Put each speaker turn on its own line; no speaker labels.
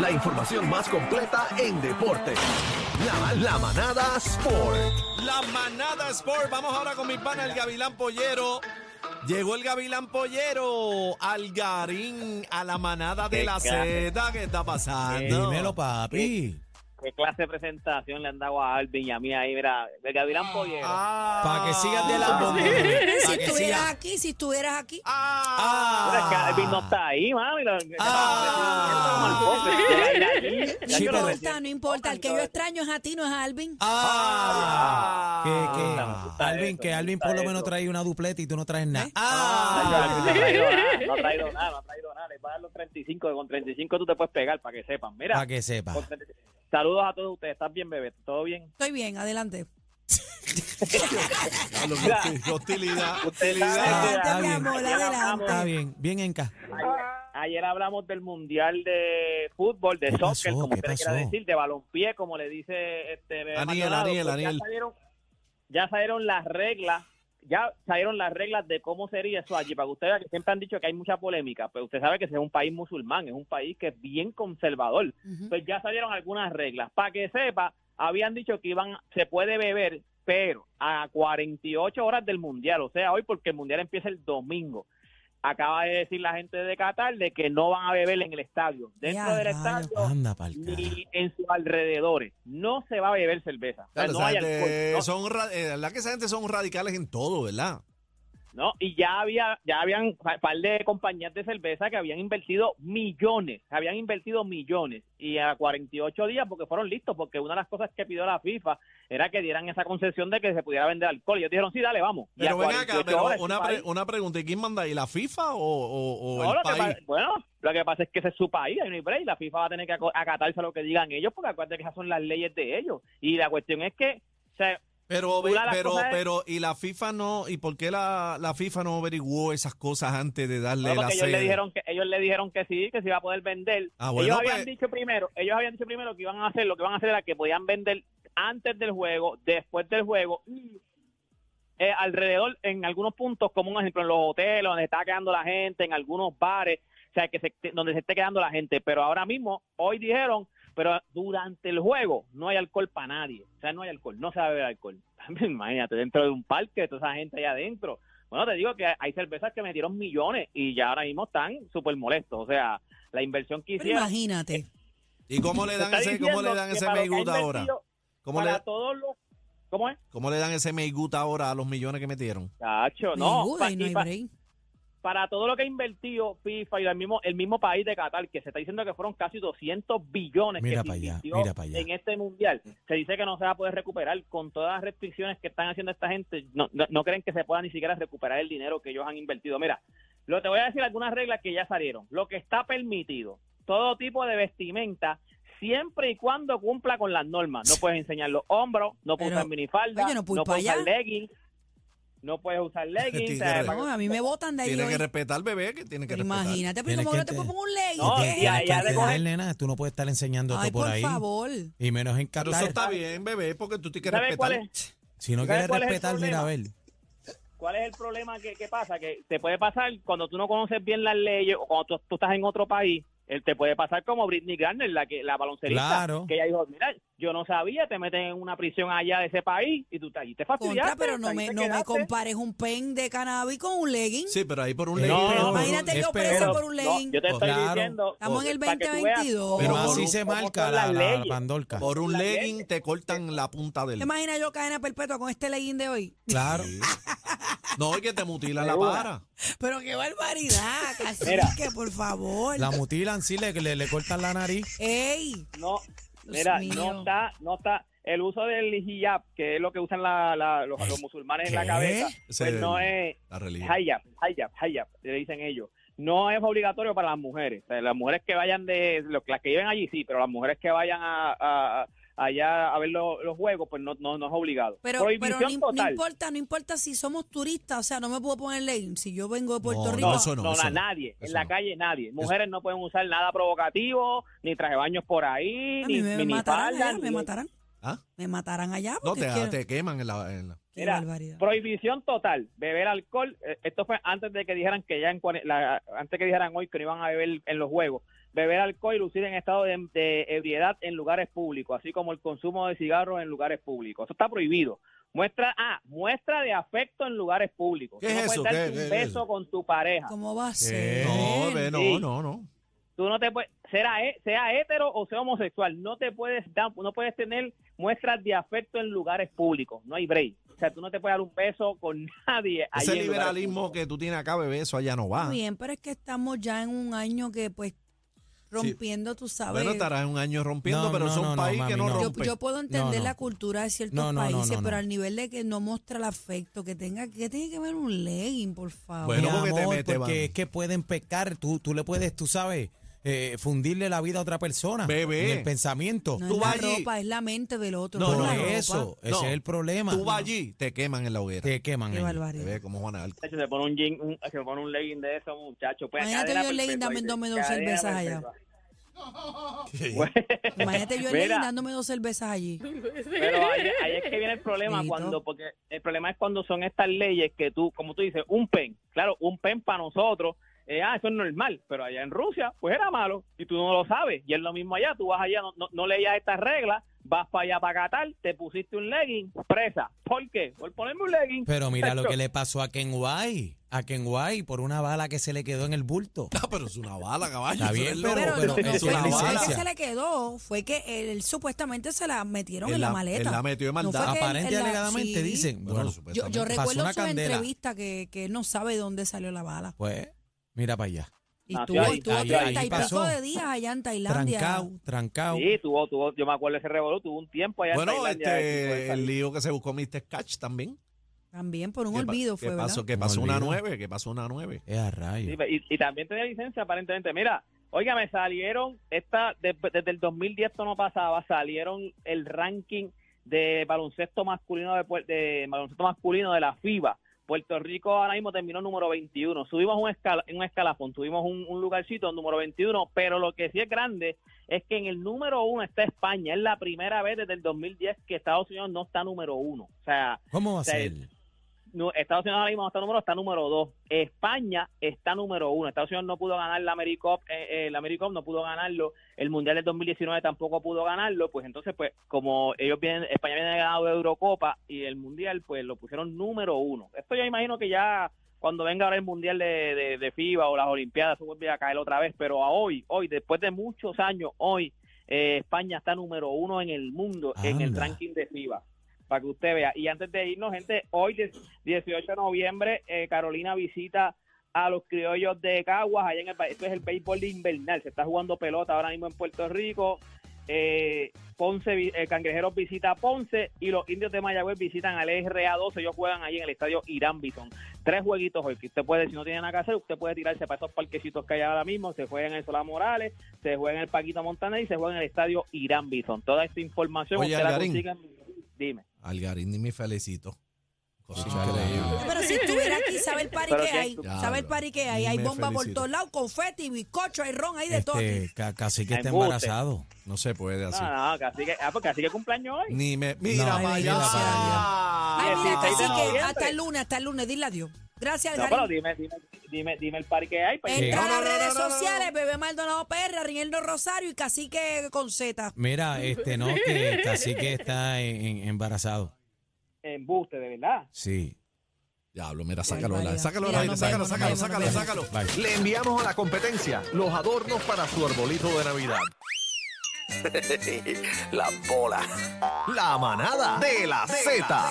La información más completa en deporte. La, la manada Sport.
La manada Sport. Vamos ahora con mi pana, el Gavilán Pollero. Llegó el Gavilán Pollero al Garín, a la manada de
Qué
la
clase.
seda. ¿Qué está pasando?
Dímelo, papi.
¿Qué clase de presentación le han dado a Alvin y a mí ahí? Mira, el Gavilán Pollero.
Ah.
Para que sigas de la bomba.
¿eh?
Si
Para que
estuvieras
sigas.
aquí, si estuvieras aquí.
Ah.
Pero es que Alvin no está ahí, mami. Lo,
Ah.
No
Sí, pero-
importa, no importa. El que
Ah,
yo extraño es a ti, no es a Alvin.
Ah,
Ah, que, que,
me gusta
Alvin,
eso,
que
me
Alvin
gusta
por lo menos
eso.
trae una dupleta y tú no traes nada.
¿Eh?
No
Ah,
ha traído nada, no ha traído nada, no ha traído nada. Les va a dar los 35, que con 35 tú te puedes pegar, para que sepan. Mira,
para que sepa.
con 35. saludos a todos ustedes. ¿Están bien, bebé? ¿Todo bien?
Estoy bien, adelante.
Diablo, qué
Mira.
hosti- qué hostilidad.
Ustedes
Ah,
hostilidad.
saben- está
adelante, mi
bien.
amor, adelante.
Está bien, bien en casa.
Ayer, ayer hablamos del mundial de fútbol, de
¿Qué
soccer,
pasó?
como
¿Qué
usted le quiera
pasó?
decir, de balompié, como le dice este
Aniel,
Maldonado,
Aniel,
pues
Aniel.
Ya salieron, ya salieron las reglas, ya salieron las reglas de cómo sería eso allí, para que ustedes que siempre han dicho que hay mucha polémica, pero usted sabe que ese es un país musulmán, es un país que es bien conservador.
Ujú.
Pues ya salieron algunas reglas. Para que sepa, habían dicho que iban, se puede beber, pero a 48 horas del Mundial, o sea, hoy porque el Mundial empieza el domingo. Acaba de decir la gente de Qatar de que no van a beber en el estadio. Dentro
Ya, Ah,
del
rayos.
estadio
Anda, pa'l carajo.
ni en sus alrededores. No se va a beber cerveza. O sea,
Claro,
no
esa
hay
gente
alcohol, no.
son ra- eh, la verdad que esa gente son radicales en todo, ¿verdad?
¿no? Y ya había, ya habían un par de compañías de cerveza que habían invertido millones, habían invertido millones y a 48 días porque fueron listos, porque una de las cosas que pidió la FIFA era que dieran esa concesión de que se pudiera vender alcohol. Y ellos dijeron, sí, dale, vamos. Y a
Pero ven acá,
48
pero
horas
una,
su
pre-
país-
una pregunta, ¿y quién manda? ¿Y la FIFA o, o- o
No,
el
lo que
país?
pa- bueno, lo que pasa es que ese es su país, ahí no hay break. La FIFA va a tener que aco- acatarse a lo que digan ellos, porque acuérdate que esas son las leyes de ellos. Y la cuestión es que, o sea,
Pero,
Una
ve-
de las
pero,
cosas es-
pero, ¿y la FIFA no? ¿Y por qué la, la FIFA no averiguó esas cosas antes de darle
No,
la
porque ellos le
sede?
dijeron que ellos le dijeron que sí, que se iba a poder vender.
Ah, bueno,
ellos
pues-
habían dicho primero, ellos habían dicho primero que iban a hacer, lo que iban a hacer era que podían vender antes del juego, después del juego y eh, alrededor en algunos puntos, como un ejemplo en los hoteles donde está quedando la gente, en algunos bares, o sea, que se- donde se esté quedando la gente, pero ahora mismo hoy dijeron, pero durante el juego no hay alcohol para nadie, o sea, no hay alcohol, no se va a beber alcohol. Imagínate dentro de un parque, toda esa gente allá adentro. Bueno, te digo que hay cervezas que metieron millones y ya ahora mismo están súper molestos. O sea, la inversión que
Pero
hicieron.
imagínate.
¿Y cómo le
se
dan
está
ese, cómo le
diciendo
dan
que
ese
para
me
lo que ha
gusta ahora?
invertido,
¿Cómo
para
le,
todos los. ¿Cómo es?
¿Cómo le dan ese me gusta ahora a los millones que metieron?
Chacho,
No,
no. pa-
y no
y
hay
pa-
break.
para todo lo que ha invertido FIFA y el mismo, el mismo país de Qatar, que se está diciendo que fueron casi 200 billones
Mira
que
pa'
se
allá,
invirtió
mira pa' allá.
en este mundial, se dice que no se va a poder recuperar con todas las restricciones que están haciendo esta gente. No, no, no creen que se pueda ni siquiera recuperar el dinero que ellos han invertido. Mira, lo te voy a decir algunas reglas que ya salieron. Lo que está permitido, todo tipo de vestimenta, siempre y cuando cumpla con las normas. No puedes enseñar los hombros, no puedes
Pero,
usar minifalda,
oye, no
no
puedes
puedes
pa'
usar
allá.
leggings, no puedes usar leggings. o sea,
Tienes
para-
No, a mí me botan de ahí.
Tiene
hoy.
que respetar, bebé, que tiene que
Pero
respetar.
imagínate, pero
Tienes
como
que
no te
te-
puedo poner un ley.
No,
¿qué
y
es
ya-
Tienes
esto?
ya
que
de coger-
tener, nena, tú no puedes estar enseñando
Ay,
todo por
por
ahí.
favor.
Y menos en
Pero eso
Qatar.
está bien, bebé, porque tú tienes que
¿Sabes
respetar.
cuál es?
Si no
¿Sabes
quieres
cuál es el
respetar, mira, a ver.
¿Cuál es el problema que, que pasa? Que te puede pasar cuando tú no conoces bien las leyes o cuando tú, tú estás en otro país. Él te puede pasar como Britney Garner, la que la baloncerista,
Claro.
que ella dijo, mira, yo no sabía, te meten en una prisión allá de ese país y tú te- allí te fastidiaste.
Contra, pero no
allí
me,
te
no me
quedaste.
compares un pen de cannabis con un legging.
Sí, pero ahí por un
No,
lado.
no, no,
Imagínate
es
yo
peor.
preso por un
No,
legging.
yo te estoy
Claro.
diciendo.
Estamos en el
para que tú veas
2022.
Pero
Pero
más
por
si
un-
se
cómo son
marca la,
las
la- la
leyes.
pandorca.
Por un
La
legging
ley.
te cortan la punta del.
¿Te imaginas yo cadena perpetua con este legging de hoy?
Claro.
Sí. No, y que te mutila la
Segura.
para.
Pero qué barbaridad,
Mira.
cacique, por favor.
La mutilan, sí, le, le, le cortan la nariz.
¡Ey!
No,
Dios
mira,
mío.
no está, no está. El uso del hijab, que es lo que usan la- la- los, los musulmanes en la
¿Qué?
cabeza, pues
Ese-
no es,
La religión.
Hayab, hayab, hayab, le dicen ellos. No es obligatorio para las mujeres. O sea, las mujeres que vayan de, lo- las que viven allí sí, pero las mujeres que vayan a, a- allá a ver lo- los juegos, pues no, no, no es obligado.
Pero,
Prohibición
pero no, im- no
total.
importa, no importa si somos turistas, o sea, no me puedo poner legging. Si yo vengo de Puerto
No,
Rico,
no,
eso no,
no,
eso
na-
no,
nadie.
eso
en la
no.
calle, nadie. Mujeres no pueden usar nada provocativo, ni traje baños por ahí,
a
ni
mí me matarán
minifaldas,
allá, me
ni-
matarán.
¿Ah?
Me matarán allá
No,
porque
te,
es que-
te queman en la. en la-
qué
Mira,
barbaridad.
Prohibición total, beber alcohol. Eh, Esto fue antes de que dijeran que ya en cuare- la- antes que dijeran hoy que no iban a beber en los juegos. beber alcohol y lucir en estado de, de ebriedad en lugares públicos, así como el consumo de cigarros en lugares públicos. Eso está prohibido. Muestra, ah, muestra de afecto en lugares públicos.
¿Qué
Tú
es
no
eso?
puedes
¿Qué-
darte
qué
un
es
beso
eso?
con tu pareja.
¿Cómo va a ser?
Eh,
No, ve, no,
Sí.
no, no.
Tú no te puedes, será, he- sea hetero o sea homosexual, no te puedes dar, no puedes tener muestras de afecto en lugares públicos. No hay break. O sea, tú no te puedes dar un beso con nadie. ahí
Ese
en lugares
liberalismo
públicos.
que tú tienes acá, bebé, eso allá no va.
Muy bien, pero es que estamos ya en un año que pues rompiendo, tú sabes.
Bueno, pues. estarás un año rompiendo,
No,
pero
no,
son
no, no,
país que
mami,
no,
no.
yo,
rompen.
yo puedo entender
No, no.
la cultura de ciertos
No, no, no, no,
países, pero
no.
al nivel de que no muestra el afecto, que tenga que tiene que ver un legging, por favor.
Bueno,
Mi
porque te
amor,
mete,
porque
mano.
es que pueden pecar, tú, tú le puedes, tú sabes, eh, fundirle la vida a otra persona.
Bebé.
En el pensamiento.
no
tú
es
vas
la
allí.
ropa, es la mente del otro.
No,
No,
Por
es la ropa.
eso, ese
No.
es el problema.
Tú vas allí, te queman en la hoguera.
Te queman
Qué
ahí.
barbaridad.
Bebé, como Juan Alco.
De hecho, se pone un, jean, un- se pone un legging de esos muchachos. Pues,
Imagínate
cadena
yo el legging,
perpetua,
dame
dice,
dame dos
cadena
cervezas allá.
perpetua.
Imagínate yo el
Mira.
legging dándome dos cervezas allí.
Pero ahí, ahí es que viene el problema
Benito.
cuando, porque el problema es cuando son estas leyes que tú, como tú dices, un pen, claro, un pen para nosotros, eh, ah, eso es normal, pero allá en Rusia, pues era malo, y tú no lo sabes, y es lo mismo allá, tú vas allá, no, no, no leías estas reglas, vas para allá para Qatar, te pusiste un legging, presa, ¿por qué? Por ponerme un legging.
Pero mira lo que le pasó a Kenway, a Kenway por una bala que se le quedó en el bulto.
Ah, pero es una bala, caballo.
Está
eso
bien,
es
pero-
loco.
Pero no, no
eso es
fue
una
no fue que
licencia.
se le quedó, fue que él, supuestamente se la metieron
Él
en la,
la-
maleta.
él la metió de maldad.
fue que él-
Aparente y
él la-
alegadamente
sí.
dicen.
Bueno,
Bueno,
Yo, yo
supuestamente.
Pasó
recuerdo
una
su
candela.
entrevista que, que él no sabe dónde salió la bala.
pues, mira para allá.
Y
Nació
tuvo,
Ah, ahí,
y tuvo
ahí,
treinta
ahí
y pico
pasó.
de días allá en Tailandia.
Trancao, trancao.
Sí, tuvo, tuvo, yo me acuerdo ese revolú, tuvo un tiempo allá en
Bueno,
Tailandia. de
este,
tipo de
el lío que se buscó Mr. Catch también.
También por un
¿Qué pa-
olvido fue,
¿Qué
¿verdad?
pasó? ¿Qué
Un
pasó? Una
olvido.
nueve, ¿qué pasó? Una nueve.
Es a
Sí,
rayo.
y, y también tenía licencia aparentemente. Mira, oiga, me salieron, esta, de- desde el 2010 esto no pasaba, salieron el ranking de baloncesto masculino de, Puer- de baloncesto masculino de la FIBA. Puerto Rico ahora mismo terminó número 21. Subimos un, escala, un escalafón, tuvimos un, un lugarcito número 21, pero lo que sí es grande es que en el número uno está España. Es la primera vez desde el 2010 que Estados Unidos no está número uno. O sea,
¿Cómo va a
Sí.
ser?
no, Estados Unidos ahora mismo no está número, está número dos. España está número uno. Estados Unidos no pudo ganar la AmeriCup, eh, eh, la AmeriCup no pudo ganarlo, el Mundial del 2019 tampoco pudo ganarlo, pues entonces, pues, como ellos vienen, España viene ganado de Eurocopa y el Mundial, pues lo pusieron número uno. Esto yo imagino que ya cuando venga ahora el Mundial de, de, de FIBA o las Olimpiadas, eso vuelve a caer otra vez, pero a hoy, hoy, después de muchos años, hoy, eh, España está número uno en el mundo, en el
Anda.
ranking de FIBA. Para que usted vea. Y antes de irnos, gente, hoy, 18 de noviembre, eh, Carolina visita a los criollos de Caguas allá en el país. Esto es el béisbol de invernal. Se está jugando pelota ahora mismo en Puerto Rico. Eh, Ponce, vi- eh, Cangrejeros visita a Ponce y los indios de Mayagüez visitan al RA12. Ellos juegan ahí en el estadio Irán Bison. Tres jueguitos hoy. Que usted puede, si no tiene nada que hacer, usted puede tirarse para esos parquecitos que hay ahora mismo. Se juega en el Solá Morales, se juega en el Paquito Montaner y se juega en el estadio Irán Bison. Toda esta información
Oye,
usted la
Algarín.
consigue en... Dime.
Algarín, ni me felicito. Cosa
Ah.
increíble.
Pero si estuviera aquí, sabe el pari
Pero
que
que-
hay.
Ya,
Sabe el
bro.
pari que hay.
Ni
Hay
me
bomba por
felicito.
todos lados, confeti, bizcocho, hay ron, hay de todo.
Este, ca- casi que está
Embuste.
embarazado.
No se puede así.
No, no, casi que, ah, porque así que cumpleaños hoy.
Ni me.
No,
Mira para
ay, mira
allá.
Ah.
Ay, mira,
Ah, sí,
casi
sí,
que
sí.
hasta el lunes, hasta el lunes, dile adiós. Gracias,
No,
Algarín.
pero dime, dime, dime, dime el par que hay. pues. para
Sí.
Entra
No,
a las
no, no,
redes
no, no, no.
sociales, Bebé Maldonado Perra, Rinaldo Rosario y Cacique con Z.
Mira, este, no, que casi que está en- en- embarazado.
Embuste, de verdad.
Sí.
Diablo, mira, sácalo,
Barbaridad.
sácalo,
Mira,
al aire,
nos
sácalo,
vemos, nos
sácalo,
vemos,
sácalo,
nos
sácalo.
Bye.
Le enviamos a la competencia los adornos para su arbolito de Navidad.
La bola.
La manada de la Z.